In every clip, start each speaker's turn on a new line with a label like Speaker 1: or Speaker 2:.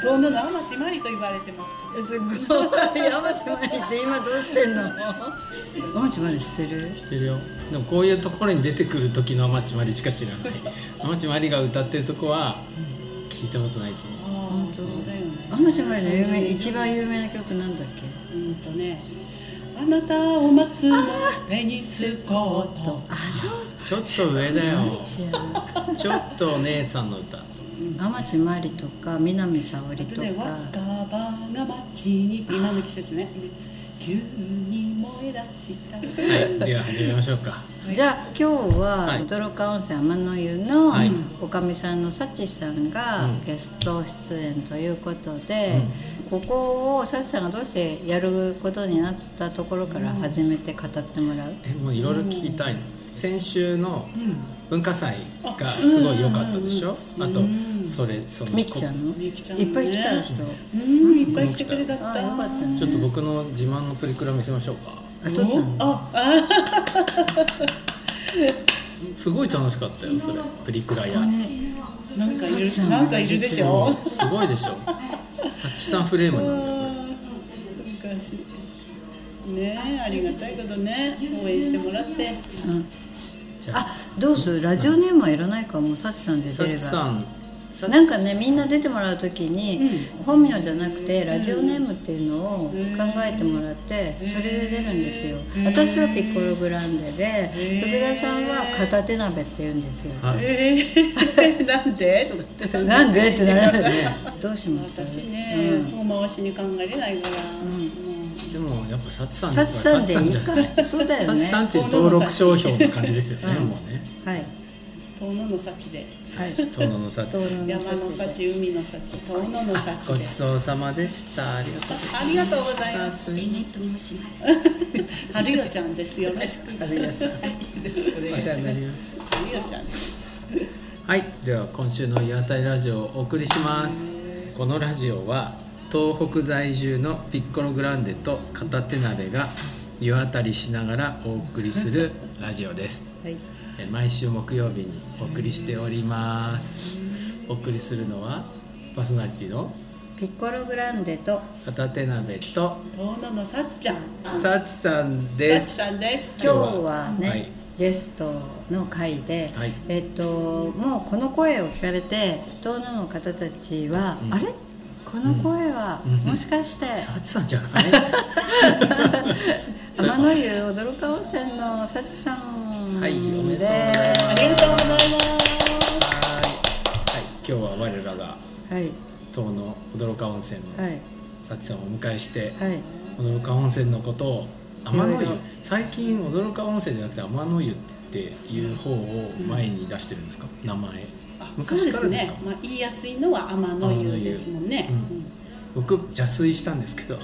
Speaker 1: 東南の天地真理と言われてますか
Speaker 2: えすごい山地まりって今どうしてんの山地まりしてる
Speaker 3: 知ってるよでもこういうところに出てくる時の天地真理しか知ら ない天地真理が歌ってるとこは聞いたことないと思う
Speaker 1: ああそうだよね
Speaker 2: 山地まりの有名一番有名な曲なんだっけ
Speaker 1: うんとねあなたを待つのテニスコート
Speaker 2: あそうそう
Speaker 3: ちょっと上だ よ
Speaker 2: 違う
Speaker 3: ちょっとお姉さんの歌
Speaker 2: 天地まりとか南沙織
Speaker 1: あ
Speaker 2: と
Speaker 1: と
Speaker 2: か
Speaker 1: ね若葉が街に今の季節ね急に燃え出した
Speaker 3: はいでは始めましょうか
Speaker 2: じゃあ今日
Speaker 3: は
Speaker 2: はい泥川温泉天の湯の
Speaker 3: はい
Speaker 2: おかみさんの幸さんが
Speaker 3: うん
Speaker 2: ゲスト出演ということで、ここを幸さんがどうしてやることになったところから初めて語ってもらう、
Speaker 3: えもういろいろ聞きたいの先週の
Speaker 1: うん
Speaker 3: 文化祭がすごい良かったでしょ
Speaker 1: うん
Speaker 3: あ
Speaker 1: うん
Speaker 3: と
Speaker 1: うん
Speaker 3: それその
Speaker 2: みきちゃんの
Speaker 1: みきちゃん
Speaker 2: い
Speaker 1: ね
Speaker 2: っぱい来た人、
Speaker 1: うんいっぱい来てくれたった
Speaker 2: あよかった
Speaker 3: ちょっと僕の自慢のプリクラ見せましょうか
Speaker 2: あ撮ったの
Speaker 1: ああ
Speaker 3: すごい楽しかったよそれプリクラや
Speaker 2: ここに
Speaker 1: なんかい
Speaker 2: 幸さ
Speaker 1: る
Speaker 2: ん
Speaker 1: なんかいるでしょ
Speaker 3: すごいでし ょサッチさんフレームなんだよ
Speaker 1: 昔ねえありがたいことね応援してもらって
Speaker 2: うん
Speaker 3: じゃあ
Speaker 2: あどうするラジオネームはいらないかもう幸さんで
Speaker 3: サ
Speaker 2: 出れ
Speaker 3: ッ
Speaker 2: ば
Speaker 3: チさんサッチ
Speaker 2: なんかねみんな出てもらう時に、本名じゃなくてラジオネームっていうのを考えてもらって、それで出るんですよ、私はピッコログランデで、福田さんは片手鍋って言うんですよ、
Speaker 3: はい
Speaker 1: えー、 なんでとか言って
Speaker 2: なんでってなるよねどうします
Speaker 1: 私ね、遠回しに考えれないから、うん
Speaker 3: でもやっぱサチさん
Speaker 2: サチさんでいい
Speaker 3: じゃ
Speaker 2: か
Speaker 3: ない
Speaker 2: そうだよ
Speaker 3: サ
Speaker 2: ね
Speaker 3: チさんっていう登録商標の感じですよね、もうね
Speaker 2: はい
Speaker 1: 遠野の幸で
Speaker 2: はい
Speaker 3: 遠野のサチさん
Speaker 1: 山の幸海の幸遠野の幸
Speaker 3: ご
Speaker 1: で
Speaker 3: ちそうさまでしたありがとうござい
Speaker 1: ありがとうございま
Speaker 3: ますすすい
Speaker 1: 春代ちゃんですよろしく
Speaker 3: ませんありがとうございますお世話になります
Speaker 1: 春代ちゃんです
Speaker 3: はい、では今週の「岩谷ラジオ」をお送りしますこのラジオは東北在住のピッコログランデと片手鍋が湯あたりしながらお送りするラジオです
Speaker 2: はい
Speaker 3: え毎週木曜日にお送りしておりますお送りするのはパーソナリティの
Speaker 2: ピッコログランデと
Speaker 3: 片手鍋と
Speaker 1: 遠野のさっちゃん
Speaker 3: さちさん
Speaker 1: さ
Speaker 3: で
Speaker 1: っち
Speaker 3: す
Speaker 1: さんです
Speaker 2: 今日はね、
Speaker 3: はい
Speaker 2: ゲストの会で、
Speaker 3: はい
Speaker 2: えっともうこの声を聞かれて遠野の方たちは、あれこの声は、
Speaker 3: ん
Speaker 2: もしかして、
Speaker 3: さちさんじゃ ない
Speaker 2: 天の湯驚か温泉の幸さんで、
Speaker 3: はいおめでとうございます
Speaker 1: ありがとうございます
Speaker 3: はい今日は我らが
Speaker 2: はい
Speaker 3: 遠野驚か温泉の
Speaker 2: はい
Speaker 3: さちさんをお迎えして、
Speaker 2: はい
Speaker 3: 驚か温泉のことを天の
Speaker 2: い
Speaker 3: 湯
Speaker 2: ろいろ
Speaker 3: 最近驚か温泉じゃなくて天の湯っていう方を前に出してるんですか、名前
Speaker 1: あそう
Speaker 3: 昔
Speaker 1: で
Speaker 3: か
Speaker 1: す
Speaker 3: らです
Speaker 1: ね
Speaker 3: か、
Speaker 1: まあ、言いやすいのは天の湯ですもんね、
Speaker 3: うん僕邪推したんですけど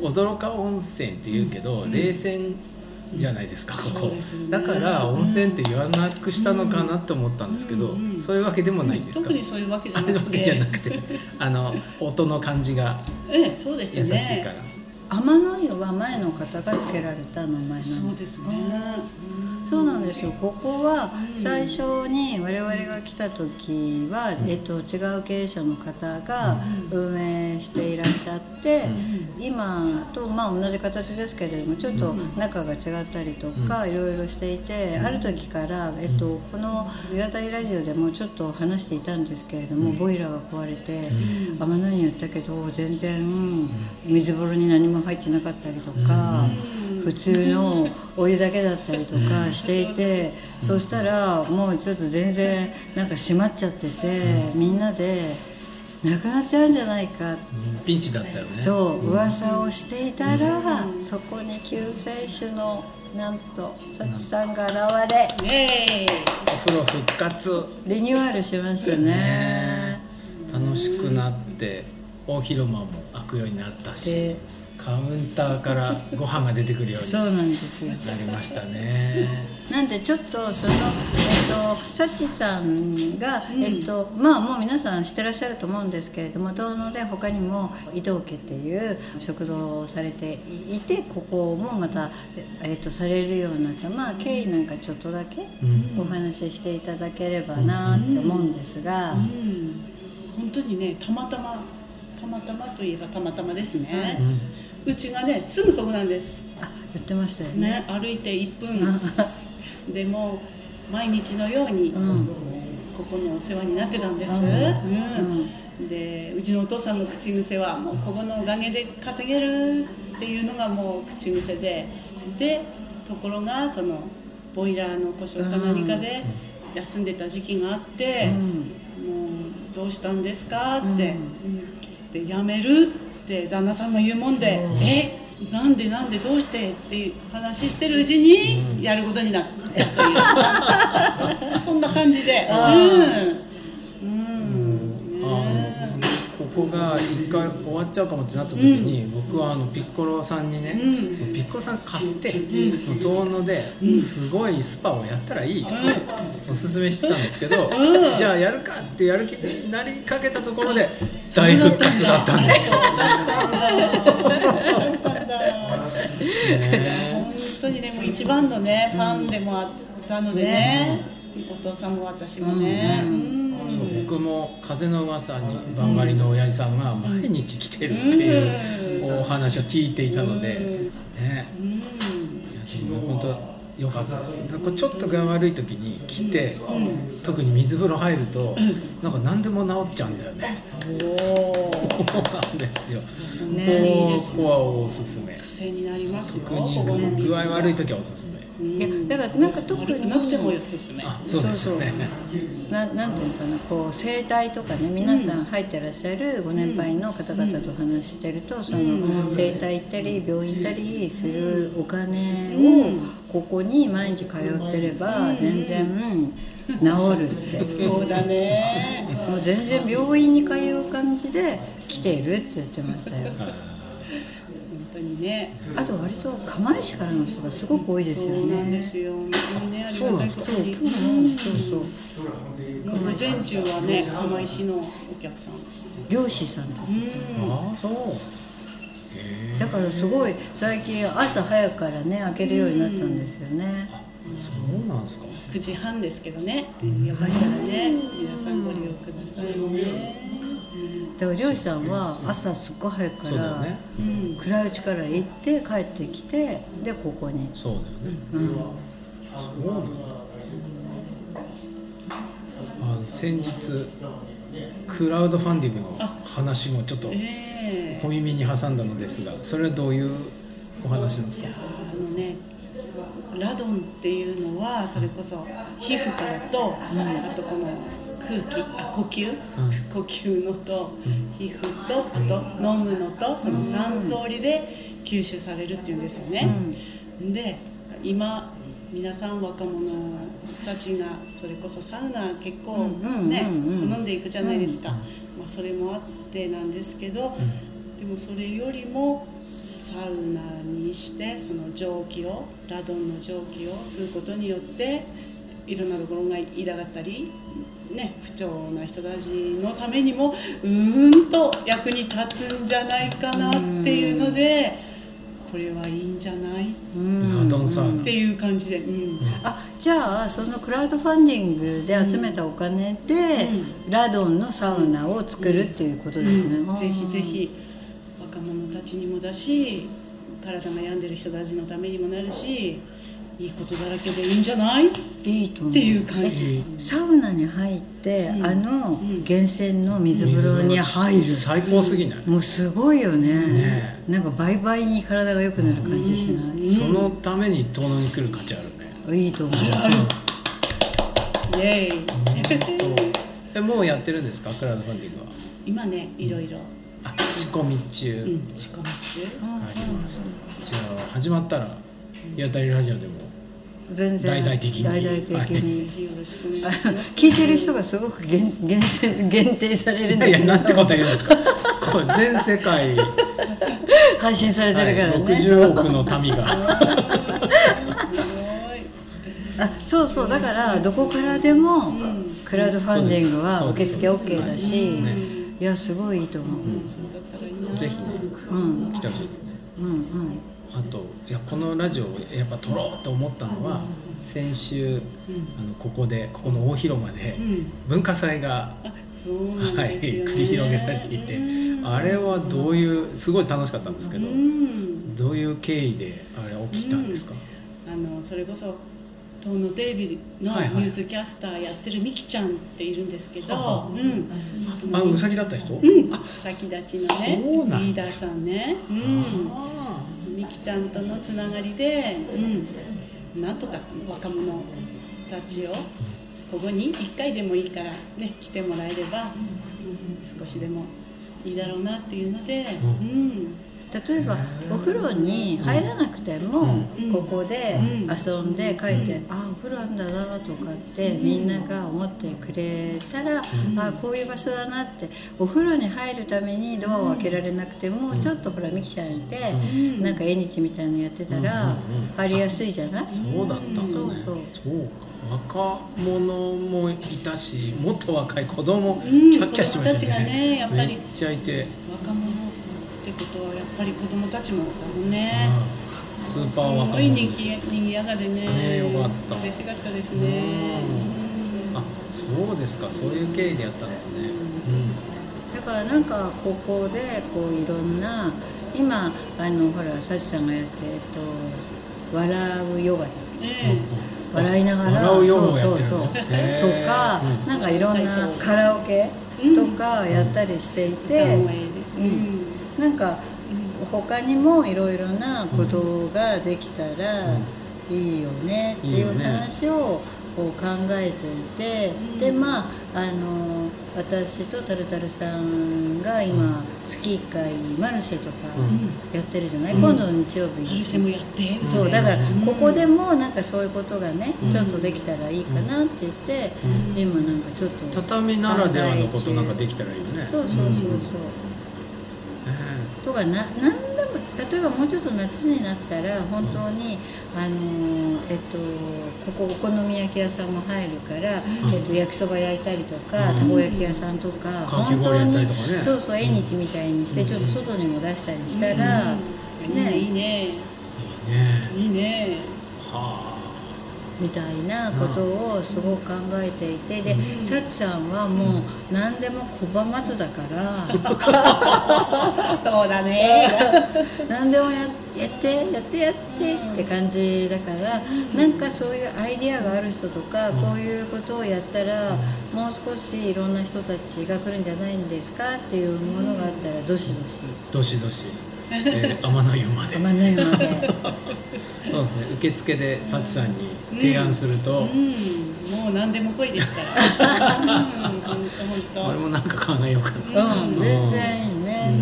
Speaker 3: 驚か温泉って言うけど、冷泉じゃないですか、こ
Speaker 1: そう
Speaker 3: こ、
Speaker 1: ですね
Speaker 3: だから温泉って言わなくしたのかなと思ったんですけど、
Speaker 1: うんうん
Speaker 3: そういうわけでもないんですか、
Speaker 1: 特にそういうわけじゃ
Speaker 3: あ
Speaker 1: な
Speaker 3: れ
Speaker 1: く
Speaker 3: わけ
Speaker 1: て
Speaker 3: じゃなくてあの音の感じが
Speaker 1: ええそうです
Speaker 3: 優
Speaker 1: よ
Speaker 3: し
Speaker 1: ね
Speaker 3: いから、
Speaker 2: 天の湯は前の方がつけられた名前なんです
Speaker 1: そうですね、
Speaker 2: そうなんですよここは最初に我々が来た時は、えっと、違う経営者の方が運営していらっしゃって、今とまあ同じ形ですけれどもちょっと仲が違ったりとか、いろいろしていて、ある時から、えっと、この「岩谷ラジオ」でもちょっと話していたんですけれども、ボイラーが壊れて、天野に言ったけど全然水風呂に何も入ってなかったりとか。普通のお湯だけだったりとかしていて、そうしたらもうちょっと全然なんか閉まっちゃってて、みんなでなくなっちゃうんじゃないか、
Speaker 3: ピンチだったよね
Speaker 2: そう噂をしていたら、そこに救世主のなんと幸さんが現れ
Speaker 1: イエー
Speaker 3: お風呂復活
Speaker 2: リニューアルしましたね。
Speaker 3: 楽しくなって大広間も開くようになったし
Speaker 2: で
Speaker 3: カウンターからご飯が出てくるように
Speaker 2: そうなんですよ
Speaker 3: なりましたね
Speaker 2: なんでちょっとそのえっとサチさんが、えっとまあもう皆さん知ってらっしゃると思うんですけれども遠野で他にも伊藤家っていう食堂をされていてここもまたえっとされるようになったまあ経緯なんかちょっとだけお話ししていただければなって思うんですが、
Speaker 1: イうん本当にねたまたまたまたまといえばたまたまです
Speaker 3: う
Speaker 1: ね、
Speaker 3: ん
Speaker 1: うちがねすぐそこなんです
Speaker 2: あ言ってましたよね
Speaker 1: ね歩いて1分 でも毎日のように、
Speaker 2: ん
Speaker 1: ここにお世話になってたんです、
Speaker 2: うん
Speaker 1: うんでうちのお父さんの口癖はもうここのおかげで稼げるっていうのがもう口癖ででところがそのボイラーの故障か何かで休んでた時期があって、もうどうしたんですかって、うんで辞めるって旦那さんが言うもんで、えなんでなんでどうしてって話してるうちにやることになったと いうそんな感じでうんうん
Speaker 3: あのここが一回終わっちゃうかもってなった時に、僕はあのピッコロさんにね、ピッコロさん買って遠野、ですごいスパをやったらいいよ、おすすめしてたんですけど、じゃあやるかってやる気になりかけたところで大復活だったんですよ。ね
Speaker 1: 本当にねもう一番のねファンでもあったのでねお父さんも私もねうん
Speaker 3: そう僕も風の噂にバンバリの親父さんが毎日来てるっていうお話を聞いていたので、ね、いやでも本当良かったですなんかちょっと具合悪い時に来て、特に水風呂入ると、なんか何でも治っちゃうんだよね、そうなんですよ、
Speaker 2: ね
Speaker 3: ここはおすすめ
Speaker 1: 癖になりますよ
Speaker 3: 特
Speaker 1: ここの
Speaker 3: に
Speaker 1: 水
Speaker 3: 具合悪い時はおすすめ、
Speaker 2: いやだからなんか特
Speaker 1: 悪く
Speaker 2: に
Speaker 1: なくてもおすすめ
Speaker 3: あそうですよね
Speaker 2: ななんていうのかなこう生態とかね皆さん入ってらっしゃるご年配の方々とお話ししてると、その生態行ったり病院行ったりするお金をここに毎日通ってれば全然治るって、
Speaker 1: そうだね
Speaker 2: もう全然病院に通う感じで来ているって言ってましたよ
Speaker 1: 本当にね
Speaker 2: あと割と釜石からの人がすごく多いですよ
Speaker 1: そうなんで
Speaker 2: ね
Speaker 1: すよ。本当にね、ありがたいことに。
Speaker 2: 今日もそうそう
Speaker 1: もう午前中はね、釜石のお客さん。う
Speaker 2: 漁師さんとか
Speaker 1: ん。
Speaker 3: ああそう
Speaker 2: だからすごい最近朝早くからね開けるようになったんですよね、
Speaker 3: そうなんですか
Speaker 1: 9時半ですけどね、よかったらね、皆さんご利用くださいね。
Speaker 2: だから漁師さんは朝すっごい早くか
Speaker 3: そうだよ
Speaker 2: ら、
Speaker 3: ね
Speaker 2: 暗いうちから行って帰ってきてでここに
Speaker 3: そうだよね。そうなんだ。あの先日クラウドファンディングの話もちょっと
Speaker 1: ええ
Speaker 3: 小耳に挟んだのですが、それはどういうお話なんですか。
Speaker 1: あのね、ラドンっていうのは、それこそ皮膚からと、あとこの空気、あ、呼吸、呼吸のと、皮膚と、あと飲むのと、その3通りで吸収されるっていうんですよね。で今皆さん若者たちがそれこそサウナ結構ね
Speaker 2: うんうんうんうん
Speaker 1: 好んでいくじゃないですか、まあ、それもあってなんですけど、でもそれよりもサウナにしてその蒸気をラドンの蒸気を吸うことによっていろんなところが痛がったり、ね、不調な人たちのためにもうーんと役に立つんじゃないかなっていうのでこれはいいんじゃない
Speaker 3: ナドンサウナ。
Speaker 1: っていう感じで、うん、
Speaker 2: あじゃあそのクラウドファンディングで集めたお金で、ラドンのサウナを作るっていうことですね、
Speaker 1: うんぜひぜ
Speaker 2: ひ
Speaker 1: ひ若者たちにもだし体が病んでる人たちのためにもなるしいいことだらけでいいんじゃない
Speaker 2: いいと思
Speaker 1: っていう感じ
Speaker 2: えサウナに入って、あの源泉の水風呂に入る
Speaker 3: 最高すぎない。
Speaker 2: もうすごいよね
Speaker 3: ね
Speaker 2: なんか倍々に体が良くなる感じしない、
Speaker 3: そのために遠野に来る価値あるね。
Speaker 2: いいと思う
Speaker 1: イエーイ
Speaker 3: えもうやってるんですかクラウドファンディングは。
Speaker 1: 今ねいろいろ、
Speaker 3: あ仕込み中。
Speaker 1: うん、仕込み中
Speaker 3: ありました。じゃあ始まったらやたりラジオでも。
Speaker 2: 全然
Speaker 3: 大々的に
Speaker 2: 大々的に
Speaker 1: ぜひよろしくお願いします
Speaker 2: 聞いてる人がすごく限限定限定されるんだ
Speaker 3: い
Speaker 2: け
Speaker 3: や
Speaker 2: ど
Speaker 3: なんてこと言うんですか。これ全世界。
Speaker 2: 配信されてるからね、
Speaker 3: はい、60億の民が
Speaker 2: あそうそうだからどこからでもクラウドファンディングは
Speaker 3: そう
Speaker 2: 受
Speaker 3: です
Speaker 2: 付 OK だし、
Speaker 3: はいね
Speaker 2: いやすごいいいと思う、
Speaker 1: そうだったらいいな
Speaker 3: ぜひね、
Speaker 2: うん
Speaker 3: 来てほしいですね
Speaker 2: うんうん
Speaker 3: ああといやこのラジオをやっぱ撮ろうと思ったのは先週あのここでここの大広間で
Speaker 1: うん
Speaker 3: 文化祭が、
Speaker 1: あそうな
Speaker 3: は
Speaker 1: ん
Speaker 3: い、
Speaker 1: ですよね、
Speaker 3: 繰り広げられていて
Speaker 1: うん
Speaker 3: あれはどういうすごい楽しかったんですけ
Speaker 1: う
Speaker 3: ど
Speaker 1: ん
Speaker 3: どういう経緯であれ起きたんですか、
Speaker 1: あのそれこそ東のテレビの
Speaker 3: はいはい
Speaker 1: ニュースキャスターやってるみきちゃんっているんですけど、
Speaker 3: はは
Speaker 1: うん、その
Speaker 3: あうさぎだった人、
Speaker 1: うん、先立ちのね
Speaker 3: そうなんだ
Speaker 1: リーダーさんね、うん、みきちゃんとのつながりで、うん、なんとか若者たちをここに1回でもいいから、ね、来てもらえれば少しでもいいだろうなっていうので、
Speaker 3: う
Speaker 1: うん
Speaker 2: 例えばお風呂に入らなくても、
Speaker 1: うん
Speaker 2: ここで
Speaker 1: うん
Speaker 2: 遊んで帰って、ああお風呂あんだなとかってみんなが思ってくれたら、ああこういう場所だなってお風呂に入るためにドアを開けられなくても、ちょっとほらミキちゃんいて、
Speaker 1: ん
Speaker 2: なんか縁日みたいなのやってたら、
Speaker 3: うんうんうん
Speaker 2: 入りやすいじゃない、
Speaker 3: そうだったんだね、
Speaker 2: そうそう
Speaker 3: か若者もいたしもっと若い子供キ
Speaker 1: ん
Speaker 3: ャッキャしてました
Speaker 1: 子供たちが
Speaker 3: よね,、
Speaker 1: ねやっぱり
Speaker 3: めっちゃいて、
Speaker 1: 若者ってことはやっぱり子供たちもだもんね、
Speaker 3: うんスー
Speaker 1: す
Speaker 3: パー
Speaker 1: ご
Speaker 3: 若者
Speaker 1: い人気にぎやかでね
Speaker 3: ねよかった
Speaker 1: 嬉しかったです
Speaker 3: う
Speaker 1: ね、
Speaker 3: んあそうですかそういう経緯でやったんですね、
Speaker 2: だからなんかここでこういろんな今あのほら幸さんがやってえっと笑うヨガだ
Speaker 1: ね
Speaker 2: 笑いながら
Speaker 3: 笑うヨガ
Speaker 2: そ
Speaker 3: を
Speaker 2: う
Speaker 3: や
Speaker 2: そうそ
Speaker 3: ってる
Speaker 2: う
Speaker 3: の
Speaker 2: と
Speaker 3: へー
Speaker 2: か、
Speaker 3: うん
Speaker 2: なんかいろんなカラオケとかやったりしてい
Speaker 1: え
Speaker 2: て、
Speaker 1: 歌声でうん
Speaker 2: なんか他にもいろいろなことができたらいいよねっていう話をこう考えていて、
Speaker 1: うん
Speaker 2: でまああの私とタルタルさんが今月1回マルシェとかやってるじゃない、今度の日曜
Speaker 1: マ
Speaker 2: 日
Speaker 1: ルシェもやって
Speaker 2: そうだから
Speaker 1: ん
Speaker 2: ここでもなんかそういうことがね、ちょっとできたらいいかなって言って、今なんかちょっと
Speaker 3: 畳ならではのことなんかできたらいいよね
Speaker 2: そうそうそうそう、とかな何でも例えばもうちょっと夏になったら本当に、あのえっとここお好み焼き屋さんも入るから、えっと、焼きそば焼いたりとか、
Speaker 3: うん
Speaker 2: たこ焼き屋さんとか、
Speaker 3: かき
Speaker 2: 本
Speaker 3: 氷
Speaker 2: 当
Speaker 3: やった
Speaker 2: に
Speaker 3: りとかね
Speaker 2: そうそう縁日みたいにして、ちょっと外にも出したりしたら、
Speaker 1: ねいい
Speaker 2: ね
Speaker 1: ね
Speaker 3: いいね
Speaker 1: いいね
Speaker 3: は
Speaker 2: みたいなことをすごく考えていてで幸さんはもう何でも拒まずだから。
Speaker 1: そうだね
Speaker 2: 何でもややってやってやってって感じだからなんかそういうアイデアがある人とかこういうことをやったらもう少しいろんな人たちが来るんじゃないんですかっていうものがあったらどしどし
Speaker 3: あどしどし、 えー、天の湯まで
Speaker 2: 天の湯まで
Speaker 3: そうですね受付で幸さんに提案すると、
Speaker 1: うんもう何でも来いですから うん本当
Speaker 3: 俺
Speaker 1: 本
Speaker 3: もなんか考えようかな、
Speaker 2: うん全然いいね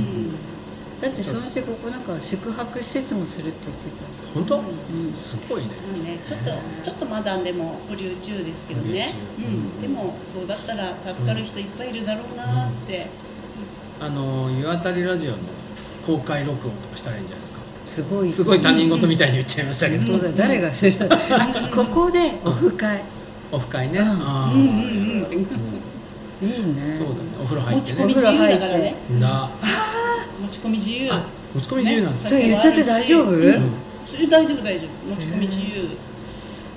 Speaker 2: だってそのうちここなんか宿泊施設もするって言ってたし
Speaker 3: 本当、すごいね、
Speaker 1: 当もうねちょっとちょっとまだでも保留中ですけどね
Speaker 3: 保留中
Speaker 1: うんでもそうだったら助かる人いっぱいいるだろうなって
Speaker 3: あの湯あたりラジオの公開録音とかしたらいいんじゃないですか
Speaker 2: すごい
Speaker 3: すごい他人事みたいに言っちゃいましたけど、
Speaker 2: そうだ誰がするあここでオフ会
Speaker 3: オフ会ね、
Speaker 2: うん
Speaker 3: あー
Speaker 1: うんうんうん
Speaker 2: いいね
Speaker 3: そうだねお風呂入
Speaker 1: 持
Speaker 3: って
Speaker 1: ち込
Speaker 3: ね
Speaker 1: み自由だからね
Speaker 3: な
Speaker 1: 持ち込み自由
Speaker 3: 持ち込み自由なんです
Speaker 2: それ言っちゃって大丈夫、
Speaker 1: うんそれ大丈夫大丈夫持ち込み自由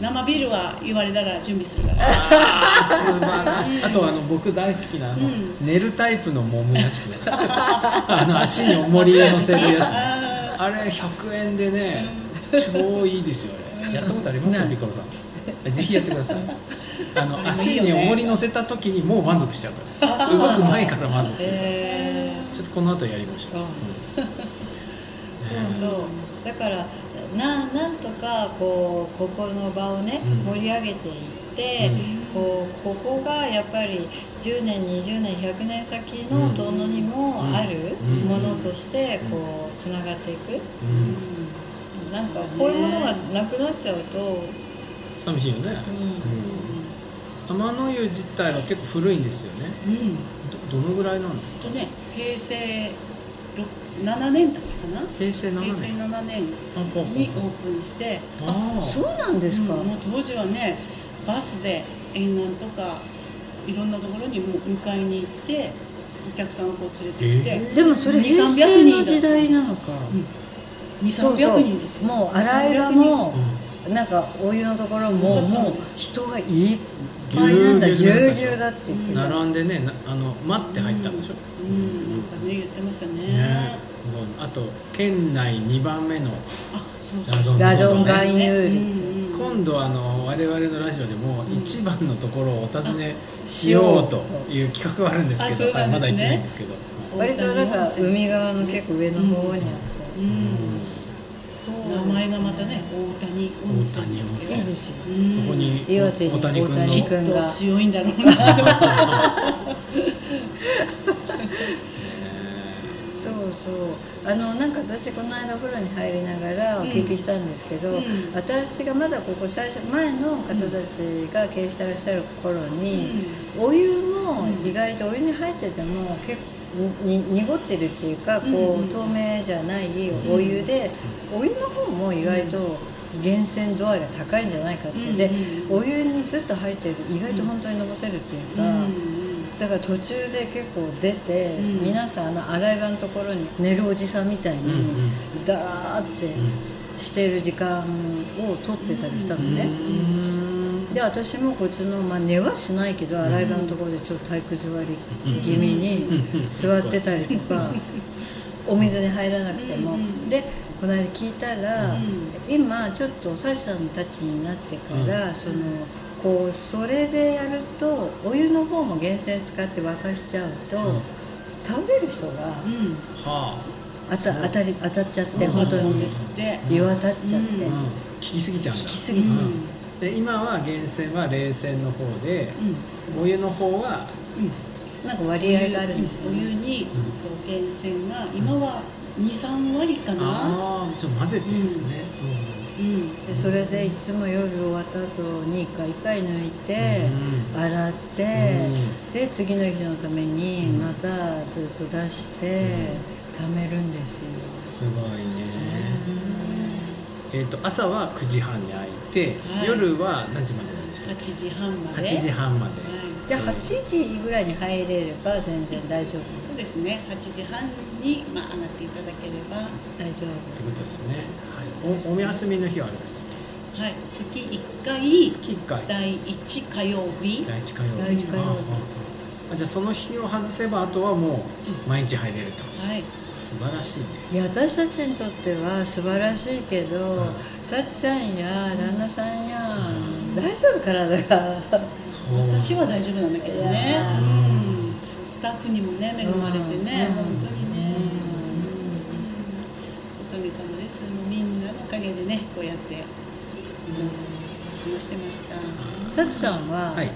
Speaker 1: 生ビールは言われたら準備するから
Speaker 3: あー素晴らしいあとあの僕大好きなあの、
Speaker 1: うん
Speaker 3: 寝るタイプの揉むやつ あの足に重りを乗せるやつ
Speaker 1: あ
Speaker 3: あれ100円でね超いいですよあれやったことあります
Speaker 2: ね
Speaker 3: ピコロさんぜひやってくださ いあの足
Speaker 1: いい
Speaker 3: に
Speaker 1: よね
Speaker 3: 重り乗せた時にもう満足しちゃうから動く前から満足する
Speaker 2: えー
Speaker 3: ちょっとこの後やりましょう
Speaker 2: そうそうだからななんとかこうここの場をね、
Speaker 3: うん
Speaker 2: 盛り上げていって、こうここがやっぱり10年20年100年先
Speaker 3: う
Speaker 2: の
Speaker 3: ん
Speaker 2: 遠野にもある
Speaker 3: うん
Speaker 2: ものとしてこうつながっていく、
Speaker 3: うん
Speaker 2: なんかこういうものがなくなっちゃうと、
Speaker 3: 寂しいよね、うん天の湯自体は結構古いんですよね
Speaker 1: うん
Speaker 3: どどのぐらいなんですか
Speaker 1: えっとね平成六7年だっけかな
Speaker 3: 平成7
Speaker 1: 平成
Speaker 3: 年
Speaker 1: 7年
Speaker 3: あほうほう
Speaker 1: にオープンして
Speaker 3: あ
Speaker 2: そう
Speaker 3: ー
Speaker 2: なんですか、
Speaker 1: うんもう当時はねバスで沿岸とかいろんなところにもう迎えに行ってお客さんをこう連れてきて、
Speaker 3: え
Speaker 2: でもそれ
Speaker 1: 200-300
Speaker 2: 平成の時代なのか、
Speaker 1: うん
Speaker 2: そう
Speaker 1: 2300人ですよ
Speaker 2: もう洗い場も、なんかお湯のところ
Speaker 1: そ
Speaker 2: も
Speaker 1: うだった
Speaker 2: も
Speaker 1: ん
Speaker 2: う
Speaker 1: です
Speaker 2: 人がいっぱいなんだ
Speaker 3: ぎ
Speaker 2: ぎ
Speaker 3: ゅ
Speaker 2: ゅ
Speaker 3: う
Speaker 2: う
Speaker 3: ぎ
Speaker 2: ぎ
Speaker 3: ゅ
Speaker 2: ゅ
Speaker 3: う
Speaker 2: う
Speaker 3: だ
Speaker 2: だ
Speaker 3: っ
Speaker 2: って言ってた、
Speaker 3: 並んでねなあの待って入ったんでしょ、
Speaker 1: うんなんかね言ってましたね
Speaker 3: ねすごいあと県内2番目の
Speaker 1: あそうそう
Speaker 3: ラ
Speaker 1: そう
Speaker 2: ラドン含
Speaker 1: ね
Speaker 2: 有率、
Speaker 1: うんうん
Speaker 3: 今度あの我々のラジオでも一番のところをお尋ねしようという企画があるんですけど、
Speaker 1: あそう
Speaker 3: はい
Speaker 1: な
Speaker 3: ま
Speaker 1: ん
Speaker 3: だ
Speaker 1: ですね
Speaker 3: 行ってないんですけど、
Speaker 2: 割となん
Speaker 1: 大
Speaker 2: か
Speaker 1: 谷温泉
Speaker 2: 海側の結構上の方にあって、
Speaker 1: うん
Speaker 2: そう
Speaker 1: 名前がまたね大谷温泉ですけど
Speaker 2: いいですよ
Speaker 1: うん
Speaker 3: ここに
Speaker 2: 岩手に
Speaker 3: 小谷君の
Speaker 2: 大
Speaker 1: き
Speaker 2: 谷
Speaker 1: っ
Speaker 2: 君
Speaker 1: と強いんだろうな
Speaker 2: そうそうあのなんか私この間お風呂に入りながらお聞きしたんですけど、
Speaker 1: うん
Speaker 2: 私がまだここ最初前の方たちが経営してらっしゃる頃に、お湯も意外とお湯に入ってても結構に濁ってるっていうかこう透明じゃないお湯で、お湯の方も意外と源泉度合いが高いんじゃないかって、でお湯にずっと入ってると意外と本当にのぼせるっていうか。だから途中で結構出て、
Speaker 1: うん
Speaker 2: 皆さんあの洗い場のところに寝るおじさんみたいに
Speaker 3: うん
Speaker 2: だらーってしてる時間を取ってたりしたのね、で私もこっちの、まあ、寝はしないけど洗い場のところでちょっと体育座り気味に座ってたりとか、お水に入らなくても、でこの間聞いたら、今ちょっとおさしさんたちになってから、そのこうそれでやるとお湯の方も源泉使って沸かしちゃうと、
Speaker 3: ん
Speaker 2: 倒れる人
Speaker 1: う
Speaker 2: が
Speaker 1: ん
Speaker 3: はあ、
Speaker 2: 当た当たり当たっちゃって本
Speaker 1: そ
Speaker 2: 当
Speaker 1: う
Speaker 2: に
Speaker 1: ですって
Speaker 2: 湯当たっちゃって、
Speaker 3: うん
Speaker 2: 効、
Speaker 3: 聞きすぎちゃうんだ
Speaker 2: きすぎちゃう。
Speaker 3: うんで今は源泉は冷泉の方で、
Speaker 1: うん
Speaker 3: お湯の方は
Speaker 1: うん
Speaker 2: なんか割合があるんですよ
Speaker 1: お湯
Speaker 2: ね。
Speaker 1: にと源泉が今は23割かな
Speaker 3: ああちょっと混ぜてるんですね、
Speaker 1: うん
Speaker 2: でそれでいつも夜終わった後に一回一回抜いて洗ってで次の日のためにまたずっと出して貯めるんですよ。
Speaker 3: うんすごいね、えっ、と朝は9時半に開いて、
Speaker 1: はい
Speaker 3: 夜は何時までなんでしたっ
Speaker 1: 8時半ま
Speaker 3: け
Speaker 1: で
Speaker 3: 8時半まで、
Speaker 1: はい
Speaker 2: じゃあ8時ぐらいに入れれば全然大丈夫
Speaker 1: そうですね8時半にまあ上がっていただければ
Speaker 2: 大丈
Speaker 3: ってことですね、はい、おお休みの日はありましたっ
Speaker 1: はい月1
Speaker 3: け
Speaker 1: 回
Speaker 3: 月1回
Speaker 1: 第1火曜日
Speaker 3: 第一火曜日
Speaker 2: 第一火曜日
Speaker 3: ああああじゃあその日を外せばあとはもう毎日入れると
Speaker 1: はい
Speaker 3: 素晴らしいね
Speaker 2: 夫。いや私たちにとっては素晴らしいけど幸さんや旦那さんや大丈夫体が。
Speaker 3: そう
Speaker 1: 私は大丈夫なんだけど
Speaker 2: い
Speaker 1: ね
Speaker 2: やー
Speaker 1: うんスタッフにもね恵まれてね
Speaker 2: うん
Speaker 1: 本当にねおかげさまですもうみんなのおかげでねこうやってもう過ごしてました
Speaker 2: さつさんは
Speaker 3: はい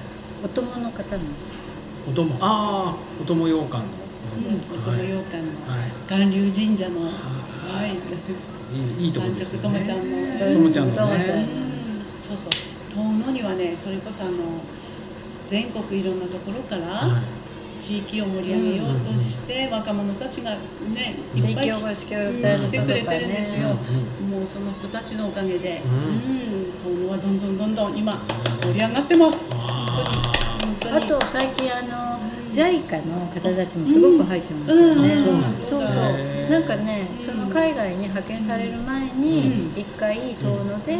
Speaker 2: お友の方なんです
Speaker 3: お供ああお供羊羹の、
Speaker 1: うん、お供洋館の
Speaker 3: はい
Speaker 1: 巌流神社の、
Speaker 3: は
Speaker 1: はいい、
Speaker 3: いいいいとこですよ
Speaker 1: 三直
Speaker 3: ね
Speaker 1: 友ちゃんの
Speaker 3: ともちゃんの
Speaker 2: とも
Speaker 3: ね
Speaker 2: ちゃん
Speaker 1: そうそう遠野にはねそれこそあの全国いろんなところから、
Speaker 3: はい
Speaker 1: 地域を盛り上げようとして、若者たちがねい
Speaker 2: 地
Speaker 1: っぱい
Speaker 2: 域お
Speaker 1: 来
Speaker 2: こ
Speaker 1: て
Speaker 2: し協力隊の
Speaker 1: 来
Speaker 2: 人とか
Speaker 1: てくれてるんですよ
Speaker 2: ね。
Speaker 1: もうその人たちのおかげで、
Speaker 3: う
Speaker 1: うん、遠野はどんどんどんどん今盛り上がってます本
Speaker 3: わ
Speaker 1: 当に本当に
Speaker 2: あと最近あの JICA の方たちもすごく入ってますよね、
Speaker 1: うんうん
Speaker 2: そうそう
Speaker 1: そう
Speaker 2: そ
Speaker 1: だ
Speaker 3: ね
Speaker 2: うなんかねその海外に派遣される前に一回遠野で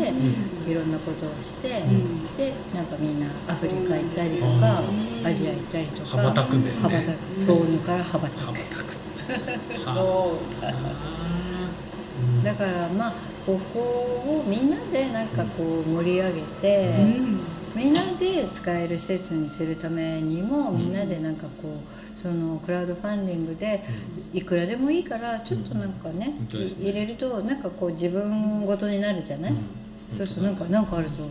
Speaker 2: いろんなことをして、
Speaker 1: ん
Speaker 2: でなんかみんなアフリカ行ったりとか、
Speaker 1: うん
Speaker 2: アジア行ったりとか
Speaker 3: 羽ばたくんですね
Speaker 2: 羽ばたく遠野から羽ばた
Speaker 3: 羽
Speaker 2: く
Speaker 3: ばたく
Speaker 1: そう
Speaker 3: あ
Speaker 2: だからまあここをみんなでなんかこう盛り上げて、
Speaker 1: うん
Speaker 2: みんなで使える施設にするためにもみんなでなんかこうそのクラウドファンディングでいくらでもいいからちょっとなんかね
Speaker 3: 本当ですね
Speaker 2: い入れるとなんかこう自分ごとになるじゃない
Speaker 3: うん
Speaker 2: そうするとなんかなんかあると
Speaker 3: ーそう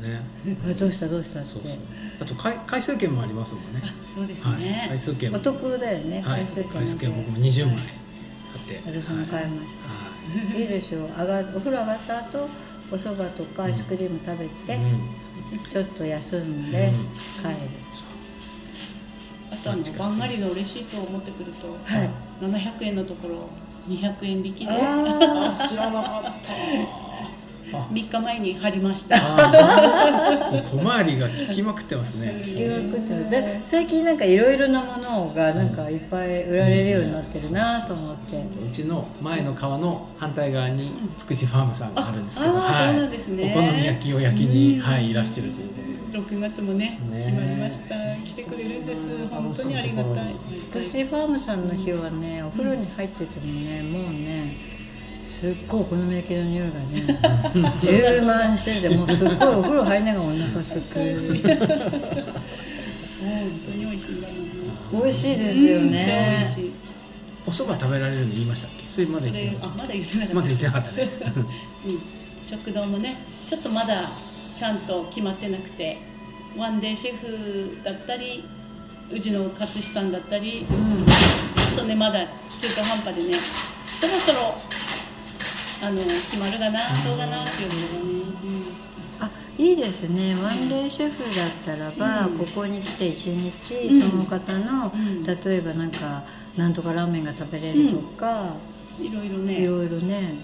Speaker 3: だね
Speaker 2: あどうしたどうしたっ
Speaker 3: そう
Speaker 2: て
Speaker 3: そうあと回回数券もありますもんね
Speaker 1: あそうです
Speaker 3: はい、
Speaker 1: ね、
Speaker 3: 回数券も
Speaker 2: お得だよね
Speaker 3: はい、
Speaker 2: 回数券
Speaker 3: 回数券僕も20枚買って
Speaker 2: 私も買いまし
Speaker 3: は
Speaker 2: たいいでしょう上がお風呂上がった後お蕎麦とかアイスクリーム食べ
Speaker 3: い、
Speaker 2: て
Speaker 3: うん
Speaker 2: ちょっと休んで帰る
Speaker 1: あとあのバンガリが嬉しいと思ってくると、
Speaker 2: はい
Speaker 1: 700円のところ200円引きで
Speaker 2: あー
Speaker 3: 知らなかった
Speaker 1: 3日前に貼りました
Speaker 3: あー小回りが効きまくってますね。
Speaker 2: いろいろ食ってるで最近なんかいろいろなものがなんかいっぱい売られるようになってるなと思って、
Speaker 3: うちの前の川の反対側につくしファームさんがあるんですけど、
Speaker 1: ああー
Speaker 3: はい
Speaker 1: そうなんですね
Speaker 3: お好み焼きを焼きに、はい、いらしてるということで。
Speaker 1: 6月もね
Speaker 3: ね
Speaker 1: 決まりました来てくれるんです本当にありがたい
Speaker 2: つくしファームさんの日はねお風呂に入っててもねもうねすっごいお好み焼きの匂いが ね充満しててもうすっごいお風呂入りながらお腹すく
Speaker 1: 本当に美味しいんだろうな
Speaker 2: 美味しいですよ
Speaker 1: うん超美
Speaker 2: ね
Speaker 1: 味しい
Speaker 3: お蕎麦食べられるの言いましたっけ？それまだ
Speaker 1: そ
Speaker 3: 言って
Speaker 1: れ
Speaker 3: なかっ。
Speaker 1: あまだ言ってなかった
Speaker 3: まだ言ってなかったね。
Speaker 1: うん、食堂もねちょっとまだちゃんと決まってなくてワンデーシェフだったりうちの勝志さんだったり、ちょっとねまだ中途半端でねそろそろあの決まるかなどうかなっていうのがね、
Speaker 2: あいいですねワンデーシェフだったらば、ここに来て一日、その方の、例えばなんかなんとかラーメンが食べれるとか、
Speaker 1: うんいろいろ
Speaker 2: い
Speaker 1: ね
Speaker 2: ろいろね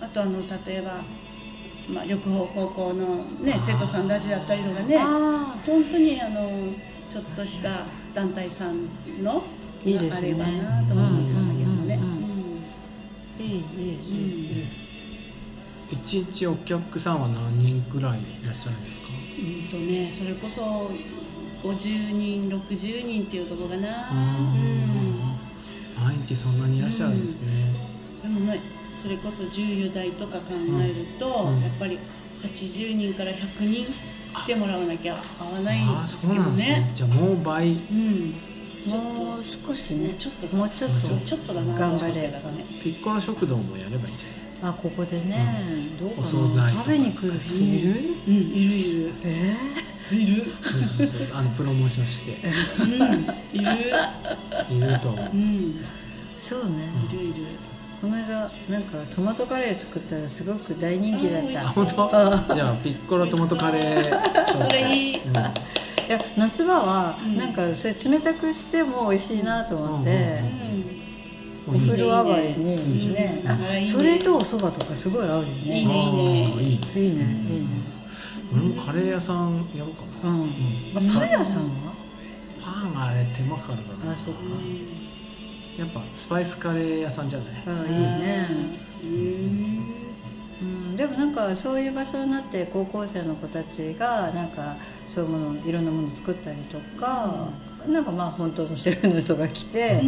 Speaker 1: あとあの例えば、まあ、緑豊高校の、ね、生徒さんたちだったりとかね
Speaker 2: ああ
Speaker 1: 本当にあのちょっとした団体さんの
Speaker 2: いいですね
Speaker 1: あればなとも思ってたんだけどね、
Speaker 2: うんう
Speaker 1: うん
Speaker 2: いいいいいいい、
Speaker 3: 一日お客さんは何人くらいいらっしゃるんですか？
Speaker 1: うんとねそれこそ50人60人っていうとこかな、
Speaker 3: うん毎日そんなにいらっしゃるんですね。
Speaker 1: でもねそれこそ14代とか考えると、
Speaker 3: うん
Speaker 1: やっぱり80人から100人来てもらわなきゃ合わないん
Speaker 3: ああ
Speaker 1: です
Speaker 3: そう
Speaker 1: けど
Speaker 3: なんですね
Speaker 1: ね。
Speaker 3: じゃあもう倍。
Speaker 1: うんちょっと
Speaker 2: もう少しね
Speaker 1: ちょっと
Speaker 2: もうちょっと
Speaker 1: ちょっとだな
Speaker 2: 頑
Speaker 1: と
Speaker 2: 張
Speaker 1: 思っ
Speaker 2: れ
Speaker 1: てた
Speaker 2: ば
Speaker 1: らね
Speaker 3: ピッコロ食堂もやればいいんじ
Speaker 2: あここでね、どうか
Speaker 3: お惣菜
Speaker 2: な食べに来る人いる、
Speaker 1: うんいるいる
Speaker 2: え
Speaker 1: いる
Speaker 3: ゃない？そうそうあのプロモーションして
Speaker 1: いる
Speaker 3: いる と思う
Speaker 1: う。ん
Speaker 2: ーそうね、
Speaker 1: いるいる
Speaker 2: この間なんかトマトカレー作ったらすごく大人気だっ
Speaker 1: あ美味
Speaker 2: た
Speaker 1: し
Speaker 3: あ
Speaker 1: そ
Speaker 3: 本当？じゃあピッコロトマトカレー。
Speaker 1: それいい
Speaker 3: うん
Speaker 2: いや夏場はなんかそれ冷たくしても美味しいなと思って、
Speaker 3: う
Speaker 2: お
Speaker 3: ん。
Speaker 2: 風呂上がり
Speaker 1: いい
Speaker 2: にね
Speaker 1: ね
Speaker 2: あ
Speaker 1: うん
Speaker 2: それとお蕎麦とかすごい合うよ
Speaker 1: いい
Speaker 2: ね
Speaker 1: ね
Speaker 3: ああいいね。
Speaker 2: いいねいいね
Speaker 3: 俺もカレー屋さんやろうかな。
Speaker 2: うん、あパン屋さんは
Speaker 3: パンあれ手間かかるからな
Speaker 2: あそっか
Speaker 3: やっぱスパイスカレー屋さんじゃない
Speaker 2: あいいね
Speaker 1: うん
Speaker 2: うん、でもなんかそういう場所になって高校生の子たちがなんかそういうものいろんなもの作ったりとか、なんかまあ本当のシェフの人が来て、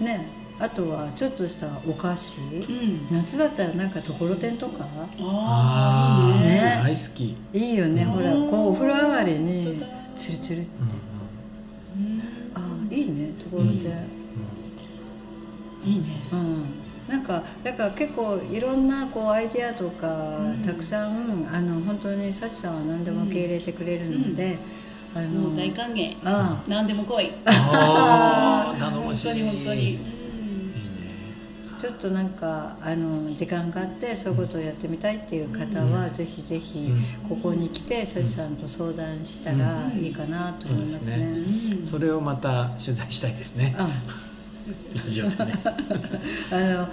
Speaker 2: ねあとはちょっとしたお菓子、
Speaker 1: ん
Speaker 2: 夏だったらなんかところてんとか
Speaker 1: ああいいね
Speaker 2: ね
Speaker 3: 大好き、
Speaker 2: いいよね、ほらこうお風呂上がり
Speaker 1: 本
Speaker 2: に
Speaker 1: 当だ
Speaker 2: ツルツルって、
Speaker 3: うんうん
Speaker 2: ああいいねところてん、
Speaker 1: いいね
Speaker 2: うんなんかだから結構いろんなこうアイディアとか、たくさんあの本当に幸さんは何でも受け入れてくれるので、あの
Speaker 1: もう大歓迎
Speaker 2: あ
Speaker 1: 何でも来い
Speaker 3: ああ頼も
Speaker 1: 本
Speaker 3: しい
Speaker 1: 当に本当
Speaker 3: いい
Speaker 1: に
Speaker 3: ね
Speaker 2: あちょっとなんかあの時間があってそういうことをやってみたいっていう方は、ぜひぜひここに来て幸さんと相談したらいいかなと思いますね。
Speaker 3: うんそれをまた取材したいですね
Speaker 2: あ
Speaker 3: ラジオでね
Speaker 2: あの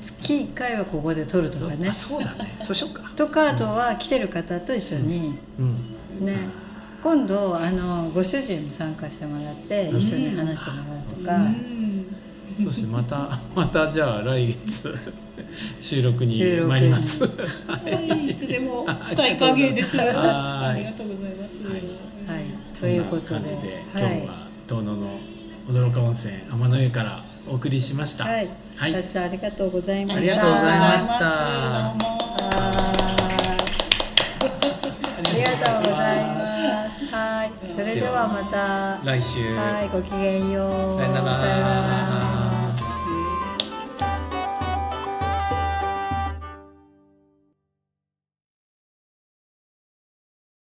Speaker 2: 月1回はここで撮るとかね
Speaker 3: あそうだねそうしようか
Speaker 2: とかあとは来てる方と一緒に、
Speaker 3: うん
Speaker 2: ね今度あのご主人も参加してもらって一緒に話してもらうとか、
Speaker 3: そしてまたまたじゃあ来月収録
Speaker 2: 収
Speaker 3: に
Speaker 2: 録に
Speaker 3: 参ります
Speaker 1: はいいつでも大歓迎です
Speaker 3: はい
Speaker 1: ありがとうございます
Speaker 2: はいそういうこと
Speaker 3: そん
Speaker 2: で
Speaker 3: な感じで今
Speaker 2: は
Speaker 3: 日は遠野の驚か温泉天の湯からお送りしました
Speaker 2: い、はい、幸さんありがとうございました
Speaker 3: ありがとうございました
Speaker 1: ありがとうございますどうも
Speaker 2: あーありがとうございます。はい、それではまた。
Speaker 3: 来週
Speaker 2: はい、ごきげんよう。
Speaker 3: さよなら
Speaker 2: さよ